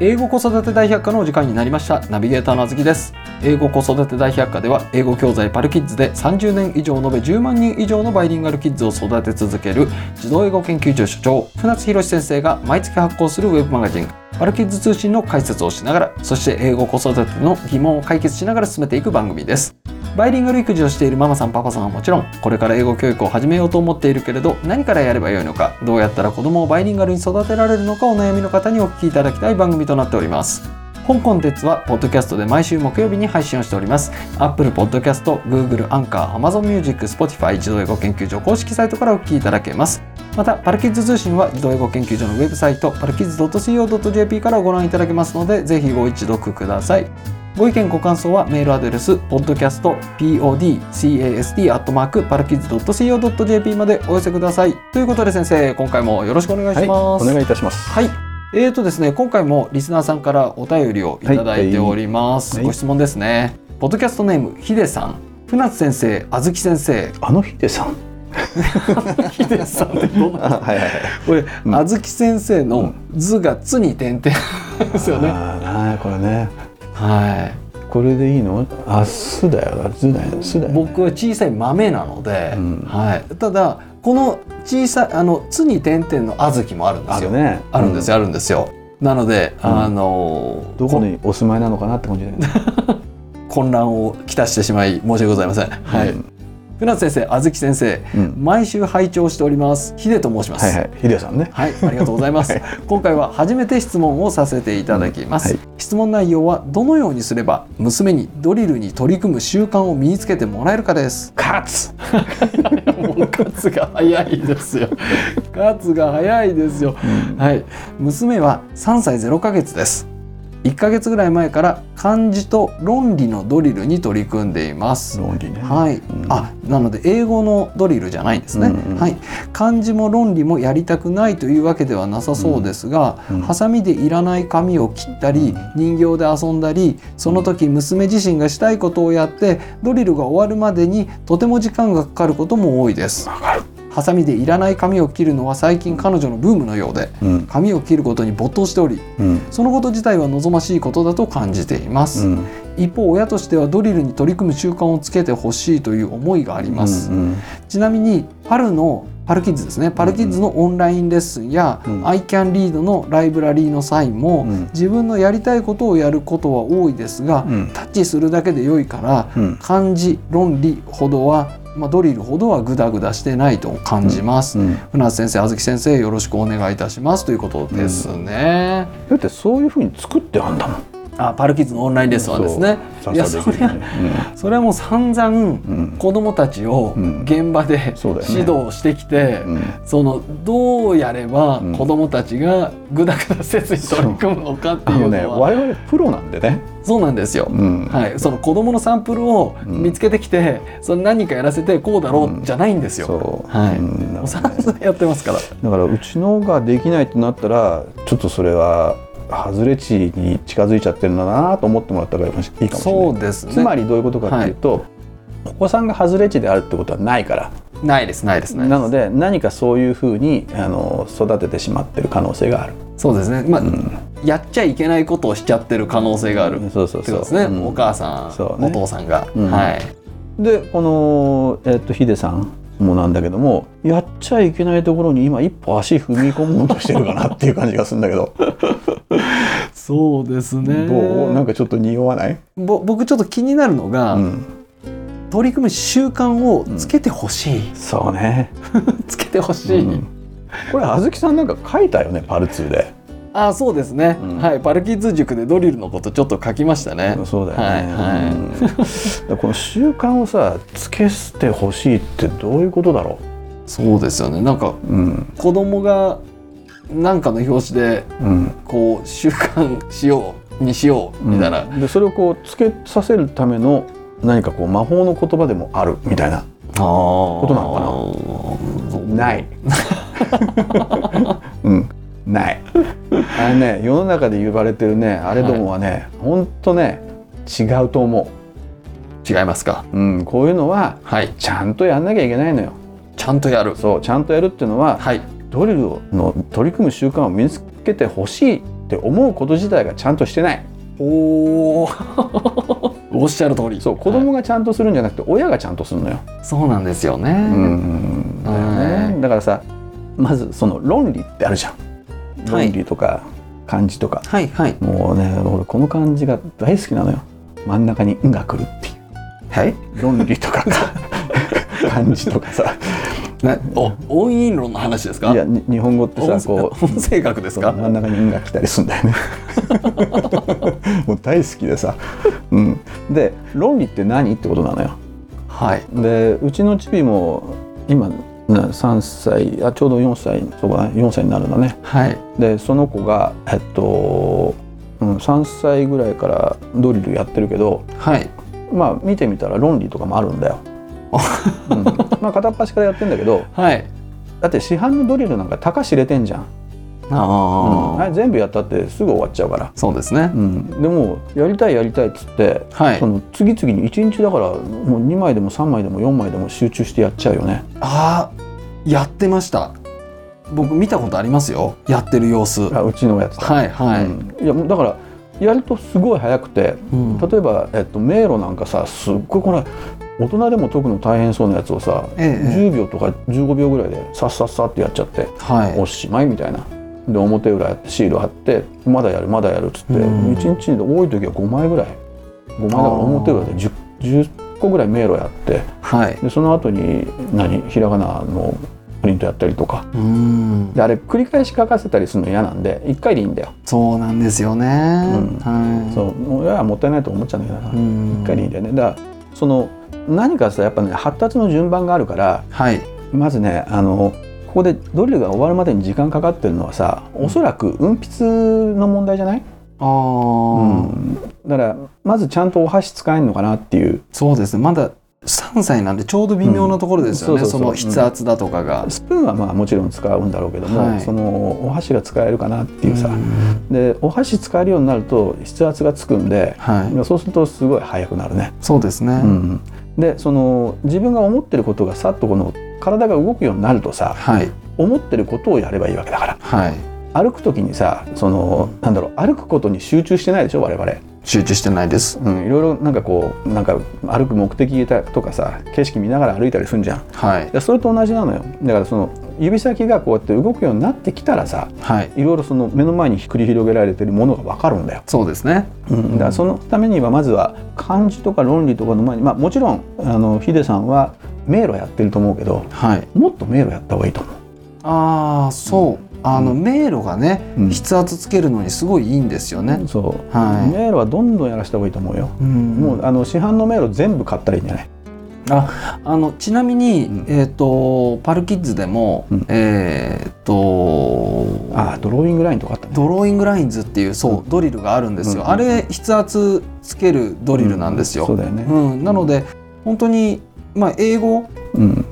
英語子育て大百科のお時間になりましたナビゲーターのあずきです英語子育て大百科では英語教材パルキッズで30年以上延べ10万人以上のバイリンガルキッズを育て続ける児童英語研究所所長船津博史先生が毎月発行するウェブマガジンパルキッズ通信の解説をしながらそして英語子育ての疑問を解決しながら進めていく番組ですバイリンガル育児をしているママさんパパさんはもちろんこれから英語教育を始めようと思っているけれど何からやればよいのかどうやったら子供をバイリンガルに育てられるのかお悩みの方にお聞きいただきたい番組となっております本コンテンツはポッドキャストで毎週木曜日に配信をしております Apple Podcast、Google、Anchor、Amazon Music、Spotify 自動英語研究所公式サイトからお聞きいただけますまたパルキッズ通信は自動英語研究所のウェブサイトパルキッズ .co.jp からご覧いただけますのでぜひご一読くださいご意見ご感想はメールアドレス podcast podcast.parkids.co.jp までお寄せくださいということで先生今回もよろしくお願いはい、しおます、願いいたします。はい。えーとですね、今回もリスナーさんからお便りをいただいております。はいご質問ですね。ポッドキャストネームひでさん、船津先生、あずき先 生。あのヒデさん。ひでさんってどのあ、はいはいはい。これ、うんあずき先生の図がつに点々ですよね。あーなあ、これね。はこれでいいの？あ、すだよな。すだよ。すだい。よ。僕は小さい豆なので、うんはい。ただこの小さいあのつに点々のあずきもあるんであすよ。るね。あるんですよ、あるんですよ。なので、うんあのうん。どこにお住まいなのかなって感じだよね。混乱をきたしてしまい申し訳ございません。はい。うん。船津先生、あずき先生、うん毎週拝聴しております。ヒデと申します。はいはい。ヒデさんね。はい、ありがとうござい ます。今回は初めて質問をさせていただきます。うんは質問内容はどのようにすれば娘にドリルに取り組む習慣を身につけてもらえるかです。カツ。 もうカツが早いです よ。カツが早いですよ。はい、娘は3歳0ヶ月です。1ヶ月ぐらい前から漢字と論理のドリルに取り組んでいます。論理ね。はい、んあなので英語のドリルじゃないんですね、うんうんはい、漢字も論理もやりたくないというわけではなさそうですが、うんうんハサミでいらない紙を切ったり、人形で遊んだりその時娘自身がしたいことをやってドリルが終わるまでにとても時間がかかることも多いです。わかる。ハサミでいらない紙を切るのは最近彼女のブームのようでうん。紙を切ることに没頭しておりうん。そのこと自体は望ましいことだと感じています。うん。一方親としてはドリルに取り組む習慣をつけてほしいという思いがあります、うんうんちなみにパルのパルキッズですねパルキッズのオンラインレッスンや、うん I can read のライブラリーの際も、うん自分のやりたいことをやることは多いですが、うんタッチするだけで良いからうん。漢字論理ほどは、まあ、ドリルほどはグダグダしてないと感じます、うん船津先生、あずき先生よろしくお願いいたしますということですね、だってそういう風に作ってあんだもん。あパルキッズのオンラインレッスンはですねそういやそりゃそれはもう散々うん子どもたちをうん現場でそうだよね指導してきて、うんそのどうやればうん子どもたちがぐだぐだせずに取り組むのかってあいうのね、のは我々プロなんでね。そうなんですよ。うんはい、その子どものサンプルをうん見つけてきて、その何かやらせてこうだろうじゃないんですよ。そう。はいうんもう散々やってますから。だからうちのができないってなったらちょっとそれは外れ値に近づいちゃってるんだなと思ってもらった方がいいかもしれないそうですね。つまりどういうことかっていうと、お子さんが外れ値であるってことはないからないですないですないですなので何かそういうふうにあの育ててしまってる可能性がある、そうですね。まあ、やっちゃいけないことをしちゃってる可能性がある。そうそうってそことでうすね。うんお母さそん、うねお父さんが、うんはい。でこの、えっとヒデさんもなんだけどもやっちゃいけないところに今一歩足踏み込もうとしてるかなっていう感じがするんだけどそうですねどうなんかちょっと匂わない、ぼ僕ちょっと気になるのが、うん、取り組む習慣をつけてほしい、そうねつけてほしい、うんこれあずきさんなんか書いたよねパルツーで、あそうですね、うんはいパルキッズ塾でドリルのことちょっと書きましたね、そうだよね、はいはいうんだからこの習慣をさつけ捨てほしいってどういうことだろそうですよねなんかう、うん子供がなんかの表紙でうんこう習慣しようにしようみたいな、うんでそれをこうつけさせるための何かこう魔法の言葉でもあるみたいなこととなのかない うんないあれね世の中で言われてるねあれどもはね、ほんとね違うと思な違いますかう、うん、こういうのははいちゃんとやんなきゃいけないのよちゃんとやるそうちゃんとやるっていうのははいドリルの取り組む習慣を身につけてほしいって思うこと自体がちゃんとしてないおお おっしゃる通りそう子供がちゃんとするんじゃなくて親がちゃんとするのよ、はいそうなんですよね、うんだよはね、だからさまずその論理ってあるじゃんはい論理とか漢字とか、はいはいもうね俺この漢字が大好きなのよ真ん中に「ん」が来るっていはいう論理とか 漢字とかさなお音韻論の話ですかいやに日本語ってさ音こう音声学ですそうか真ん中に「ん」が来たりするん だよねもう大好きでさ、うん、で論理って何ってことなのよはいでうちのチビも今な3歳あちょうど4歳そうかな4歳になるんだねはいでその子がえっと、うん、3歳ぐらいからドリルやってるけどはいまあ見てみたら論理とかもあるんだよ、 うん、まあ片っ端からやってんだけどはいだって市販のドリルなんか高知れてんじゃん、あうんあれ全部やったってすぐ終わっちゃうから、そうですねうん、でもやりたいやりたいっつってはいその次々に1日だからもう2枚でも3枚でも4枚でも集中してやっちゃうよねあーやってました僕見たことありますよやってる様子はあうちのやついはい、うんいやもうだからやるとすごい早くてうん例えば、えっと、迷路なんかさすっごいこれ大人でも解くの大変そうなやつをさ、ええええ10秒とか15秒ぐらいでさっさっさってやっちゃってはいおしまいみたいな。で表裏やってシール貼ってまだやるまだやるっつってうん1日で多い時は5枚ぐらい5枚だから表裏で 10, 10個ぐらい迷路やってはいでその後に何ひらがなのプリントやったりとかうんであれ繰り返し書かせたりするの嫌なんで1回でいいんだよ。そうなんですよね、んはいそうもうややもったいないと思っちゃうんだけどな、ん一回でいいんだよねだからその何かさやっぱね発達の順番があるからはいまずねあのここでドリルが終わるまでに時間かかってるのはさおそらく運筆の問題じゃない、ああ、うんだからまずちゃんとお箸使えんのかなっていうそうですねまだ3歳なんでちょうど微妙なところですよね、うんそうそうそうその筆圧だとかが、スプーンはまあもちろん使うんだろうけども、はいそのお箸が使えるかなっていうさ、んでお箸使えるようになると筆圧がつくんではいそうするとすごい速くなるね。そうですね、うん、でその自分が思ってることがさっとこの体が動くようになるとさはい思ってることをやればいいわけだからはい歩く時にさそのなんだろう歩くことに集中してないでしょ我々、集中してないですうん、いろいろなんかこうなんか歩く目的とかさ景色見ながら歩いたりするんじゃんはいでそれと同じなのよだからその指先がこうやって動くようになってきたらさはいいろいろその目の前に繰り広げられてるものが分かるんだよそうですねうん、だからそのためにはまずは漢字とか論理とかの前に、まあ、もちろんあのヒデさんは迷路やってると思うけどはいもっと迷路やった方がいいと思う。ああそう、あの迷路がね、うん筆圧つけるのにすごいいいんですよね、そう、はい迷路はどんどんやらした方がいいと思うよ。うんもうあの市販の迷路全部買ったらいいんじゃない、ああのちなみに、うんえっ、とパルキッズでも、うんえっ、とああドローイングラインとかあったね。ドローイングラインズっていうそう、ドリルがあるんですよ、うんあれ筆圧つけるドリルなんですよ、そうだよね。うん、なので本当にまあ英語うん、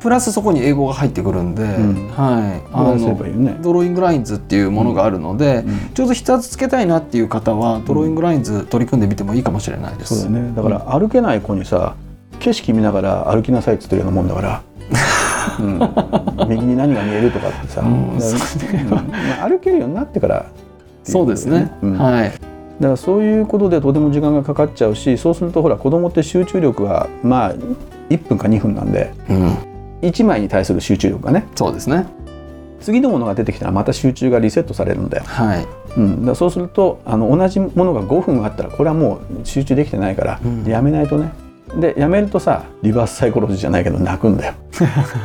プラスそこに英語が入ってくるんで、んはいあああすればのいいよね。ドローイングラインズっていうものがあるので、うんちょうど筆圧つけたいなっていう方はドローイングラインズ取り組んでみてもいいかもしれないでそうす。だよね。だから歩けない子にさ景色見ながら歩きなさいっつってるようなもん だから。うん、右に何が見えるとかってさ、うんだからうんまあ歩けるようになってからっていそうことですね、うんはい、だからそういうことでとても時間がかかっちゃうしそうするとほら子供って集中力がまあ1分か2分なんでうん、 1枚に対する集中力がねそうですね次のものが出てきたらまた集中がリセットされるんだよ、はいうん、だからそうするとあの同じものが5分あったらこれはもう集中できてないから、うんやめないとねでやめるとさリバースサイコロジーじゃないけど泣く んだよ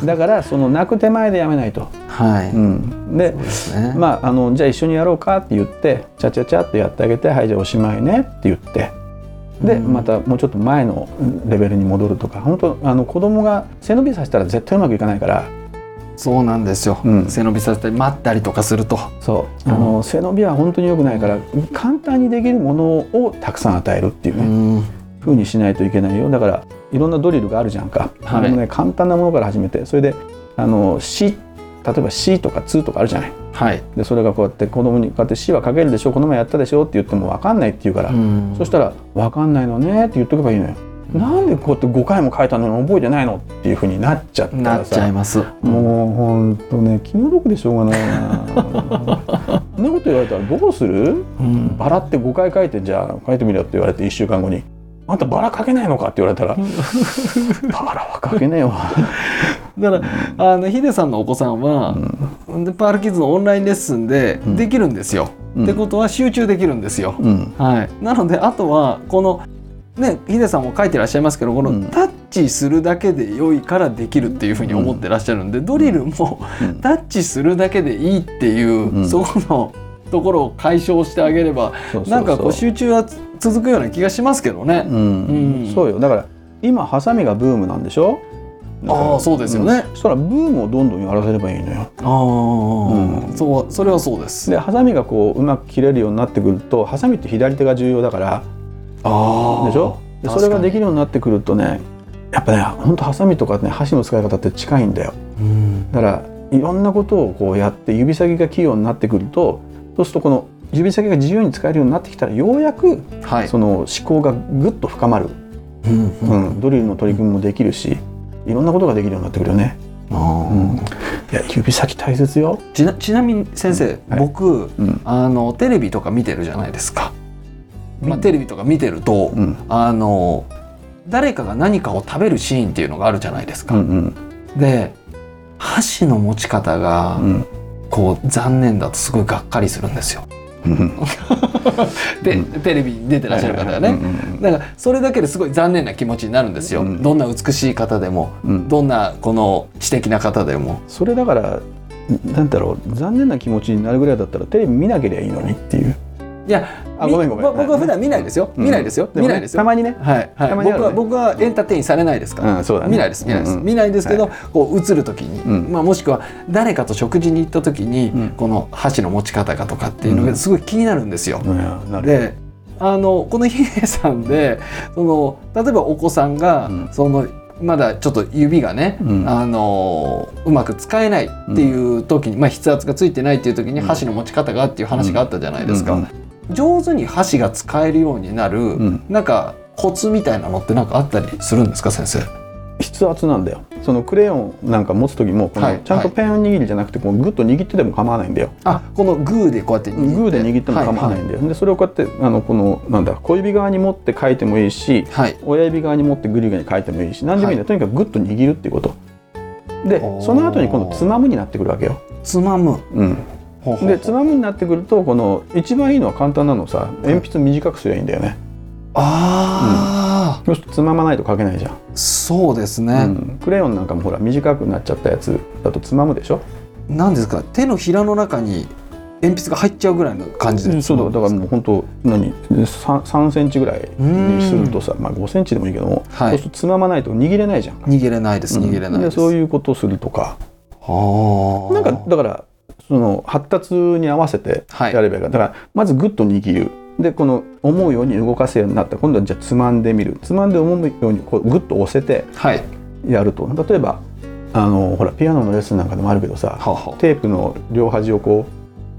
だからその泣く手前でやめないと、はい、うん、でそうですね、まあ、あのじゃあ一緒にやろうかって言ってちゃちゃちゃってやってあげてはいじゃあおしまいねって言ってでうんまたもうちょっと前のレベルに戻るとか本当あの子供が背伸びさせたら絶対うまくいかないからそうなんですよ、うん背伸びさせたり待ったりとかするとそうあの背伸びは本当に良くないから簡単にできるものをたくさん与えるっていうね、うん風にしないといけないよだからいろんなドリルがあるじゃんか、はいあのね、簡単なものから始めてそれであの「し」例えば「し」とか「つ」とかあるじゃない。はい、でそれがこうやって子供にこうやって「死はかけるでしょこの前やったでしょ」って言っても分かんないって言うから、うんそしたら「分かんないのね」って言っとけばいいのよ。なんでこうやって5回も書いたのに覚えてないのっていうふうになっちゃったならっちゃいさます。もうほんとね気の毒でしょうがない なそんなこと言われたらどうするうんバラって5回書いてじゃあ書いてみろって言われて1週間後に「あんたバラ書けないのか?」って言われた ら「バラは書けねえ わ」だからあのヒデさんのお子さんは、でパールキッズのオンラインレッスンでんできるんですよ。うんってことは集中できるんですよ。うんはい、なのであとはこのねヒデさんも書いてらっしゃいますけどこうのんタッチするだけで良いからできるっていうふうに思ってらっしゃるんで、ドリルもうんタッチするだけでいいっていう、うんそこのところを解消してあげればそうそうそうなんかこう集中は続くような気がしますけどね。うんうんそうよだから今ハサミがブームなんでしょだからああそうですよねんそしたらブームをどんどんやらせればいいのよああ、うんそうそれはそうです。でハサミがこううまく切れるようになってくるとハサミって左手が重要だからああでしょでそ確かにれができるようになってくるとねやっぱねほんとハサミとかね箸の使い方って近いんだようん、だからいろんなことをこうやって指先が器用になってくるとそうするとこの指先が自由に使えるようになってきたらようやくはい。その思考がぐっと深まる、うんうん、ドリルの取り組みもできるしいろんなことができるようになってくるよね。うん、いや指先大切よ、ちなちなみに先生、はい僕うんあのテレビとか見てるじゃないですか。まあ、みテレビとか見てると、うんあの誰かが何かを食べるシーンっていうのがあるじゃないですうか。んうんで箸の持ち方が、うんこう残念だとすごいがっかりするんですよ。うん、で、うテレビに出てらっしゃる方がうね。んだからそれだけですごい残念な気持ちになるんですよ。うんどんな美しい方でも、うんうんどんなこの知的な方でも。それだからなんだろう残念な気持ちになるぐらいだったらテレビ見なければいいのにっていういや、あみごめんごめんぼ僕は普段見ないですよ。うん見ないですよ。もね見ないですよた。まにねはいはい、たま僕にあるねは僕はエンターテインされないですから、うんそうだね見ないです見ないです、うんうん見ないですけど、こう映る時に、うんまあ、もしくは誰かと食事に行った時に、うんこの箸の持ち方がとかっていうのうがんすごい気になるんですよ。うんなるであのこのヒデさんでその例えばお子さんが、うんそのまだちょっと指がね、うんあのうまく使えないっていう時に、まあ、筆圧がついてないっていう時にうん箸の持ち方がっていう話があったじゃないですか。うん上手に箸が使えるようになる、んなんかコツみたいなのってなんかあったりするんですか先生筆圧なんだよそのクレヨンなんか持つ時もこのはいちゃんとペン握りじゃなくてこうグッと握ってても構わないんだよ、あこのグーでこうやって握ってグーで握っても構わないんだよ、でそれをこうやってあのこのなんだ小指側に持って書いてもいいしはい親指側に持ってグリグリ書いてもいいし何でもいいんだよ、とにかくグッと握るっていうことでおーその後に今度つまむになってくるわけよ、つまむうん、ほうほうでつまむになってくるとこの一番いいのは簡単なのさ鉛筆短くすりゃいいんだよねああ、そうするとつままないと書けないじゃん、そうですうね、ん、クレヨンなんかもほら短くなっちゃったやつだとつまむでしょなんですか手のひらの中に鉛筆が入っちゃうぐらいの感じでそうだだからもう本当何三三センチぐらいにするとさ、まあ五センチでもいいけども、はいそうするとつままないと握れないじゃん。握れないです握れないうんです、そうういうことをするとか、ああなんかだからその発達に合わせてはやいればいいから、だからまずグッと握る。でこの思うように動かせるようになったら今度はじゃあつまんでみるつまんで思うようにこうグッと押せてはいはやると例えばあのほらピアノのレッスンなんかでもあるけどあさはテープの両端をこ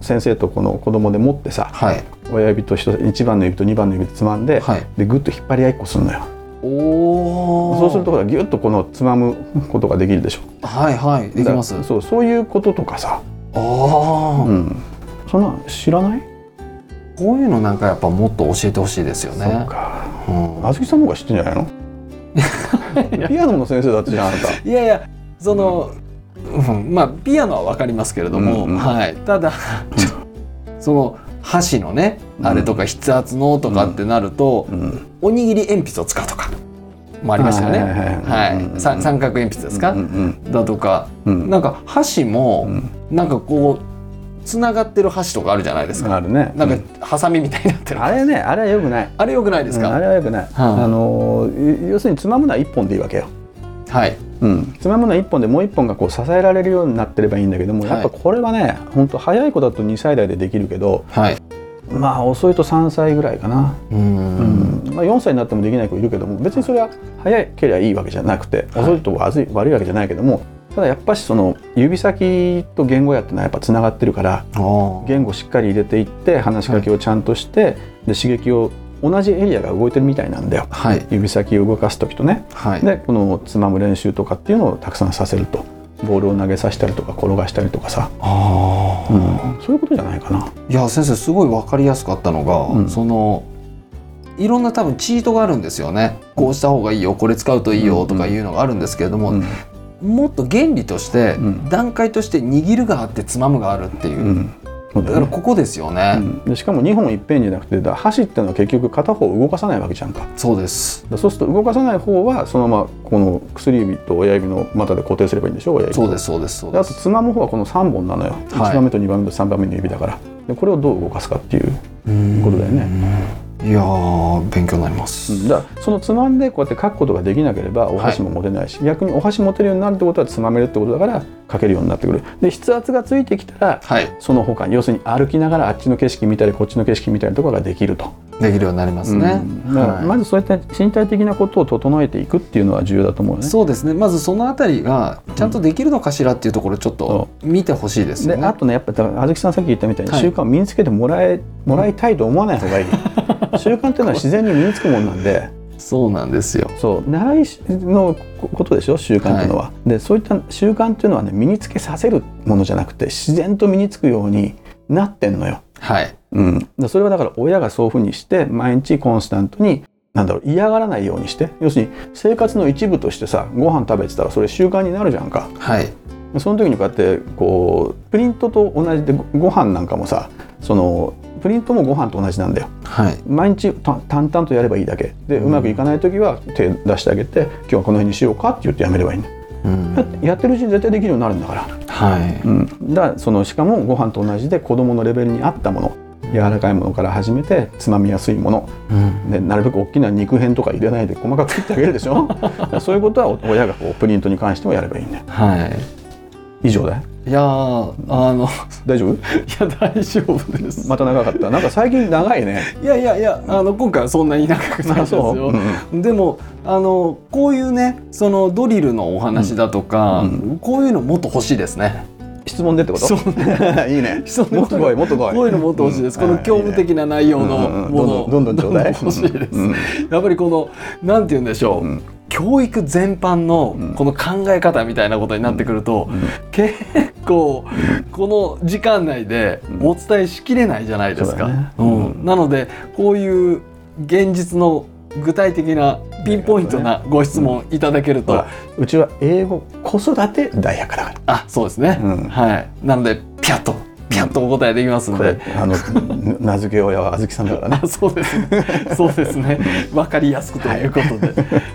う先生とこの子供で持ってさ、あはい親指と人1番の指と2番の指でつまんで、はいでグッと引っ張り合いっこするのよおおそうするとほらギュッとこのつまむことができるでしょはいはいできますだあからそうそういうこととかさ、あー、うん、そんなん知らない、こういうのなんかやっぱもっと教えてほしいですよそねうかうんあずきさんの方が知ってんじゃ ないのピアノの先生だってじゃんあなたいやいやその、うんまあピアノはわかりますけれども、うんうんはい、ただちょ その箸のねうんあれとか筆圧のとかってなると、うんおにぎり鉛筆を使うとかもありましたよね。はいはいはいはいうんさ三角鉛筆ですか、うんだとかうんうんなんか箸もうんなんかこうつながってる箸とかあるじゃないですか。あるねなうんんかハサミみたいになってる。あれねあれはよくないあれよくないですうんあか。れはよくない、はいあのい要するにつまむのは1本でいいわけよはい。うん、つまむのは1本でもう1本がこう支えられるようになってればいいんだけども、はいやっぱこれはね本当早い子だと2歳代でできるけどはい。まあ遅いと3歳ぐらいかな、う。うんんまあ、4歳になってもできない子いるけども別にそれは早ければいいわけじゃなくてはい遅いと悪い悪いわけじゃないけどもただやっぱしその指先と言語やってのはやっぱつながってるからあー言語しっかり入れていって話しかけをちゃんとして、で刺激を同じエリアが動いてるみたいなんだよ、はい指先を動かす時とねはいでこのつまむ練習とかっていうのをたくさんさせるとボールを投げさせたりとか転がしたりとかさ、あうあん、そういうことじゃないかな。いや先生すごい分かりやすかったのが、うんそのいろんな多分チートがあるんですよねこうした方がいいよこれ使うといいよとかいうのがあるんですけれども、うんもっと原理として、うん段階として握るがあってつまむがあるっていう、うんそうだだかよらねここですよね、うんでしかも2本いっぺんじゃなくてだ箸っていうのは結局片方を動かさないわけじゃんかだかそうですらそうすると動かさない方はそのままこの薬指と親指の股で固定すればいいんでしょ親指そうですそうですそうでであすとつまむ方はこの3本なのよ、1番目と2番目と3番目の指だからでこれをどう動かすかっていう、ことだよねいやー勉強になります、うんだからそのつまんでこうやって書くことができなければお箸も持てないし、逆にお箸持てるようになるってことはつまめるってことだから書けるようになってくるで筆圧がついてきたらはいその他に要するに歩きながらあっちの景色見たりこっちの景色見たりとかができるとできるようになりますね、うんだからはいまずそういった身体的なことを整えていくっていうのは重要だと思うよね。そうですねまずそのあたりがちゃんとできるのかしらっていうところをちょっと見てほしいですでよね、あとねやっぱだからあずきさんさっき言ったみたいにはい習慣を身につけてもらえ、もらいたいと思わない方 がいい習慣っていうのは自然に身につくもんなんでそうなんですよそう習いのこことでしょ習慣っていうのは。でそういった習慣っていうのはね身につけさせるものじゃなくて自然と身につくようになってんのよ。はいうん、でそれはだから親がそういうふうにして毎日コンスタントになんだろう嫌がらないようにして要するに生活の一部としてさご飯食べてたらそれ習慣になるじゃんかはいその時にこうやってこうプリントと同じでごご飯なんかもさそのプリントもご飯と同じなんだよはい毎日た淡々とやればいいだけでうまくいかない時は手出してあげて今日はこの辺にしようかって言ってやめればいいんだうんだってやってるうちに絶対できるようになるんだからはいうん、だからそのしかもご飯と同じで子供のレベルに合ったもの柔らかいものから始めてつまみやすいものうんでなるべく大きな肉片とか入れないで細かく切ってあげるで しょそういうことはお親がこうプリントに関してもやればいいんだよは以上だよいいやーあ の大丈夫いや大丈夫ですまた長かったなんか最近長いねいやいやいやあの今回はそんなに長くないですそう、ようんでもあのこういうねそのドリルのお話だとか、うんこういうのもっと欲しいですね。質問でってことそう いいね質問でもっと来いもっと来いこういうのもっと欲しいです。うんこの教務的な内容うんのうんもの、どんどんどんどんちょうだい欲しいです。うんやっぱりこのなんて言うんでしょう、うん教育全般うんのこの考え方みたいなことになってくると、うん結構この時間内でうんお伝えしきれないじゃないですか。そうだねうんうんなのでこういう現実の具体的なピンポイントなご質問いただけるほと、らうちは英語子育て大学だからあそうですね、うんはいなのでピャッとピャッとお答えできますのこで、れあの 名付け親はあずきさんだからねあそうですねそうですねわかりやすくということで、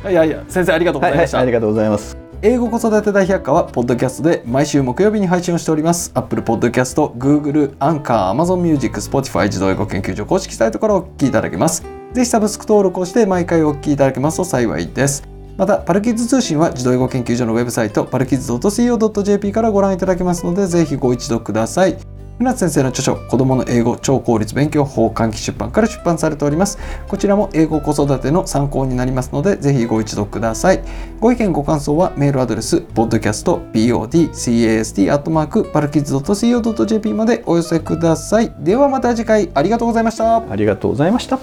い、やいや先生ありがとうごはざい、いまはいし、た、ありがとうございます。英語子育て大百科はポッドキャストで毎週木曜日に配信をしております Apple Podcast、Google、アンカー、Amazon Music、Spotify 自動英語研究所公式サイトからお聞きいただけますぜひサブスク登録をして毎回お聞きいただけますと幸いですまたパルキッズ通信は自動英語研究所のウェブサイトパルキッズ .co.jp からご覧いただけますのでぜひご一読ください船津先生の著書「子どもの英語超効率勉強法」換気出版から出版されておりますこちらも英語子育ての参考になりますのでぜひご一読くださいご意見ご感想はメールアドレス podcastpodcast.co.jp までお寄せくださいではまた次回ありがとうございましたありがとうございました。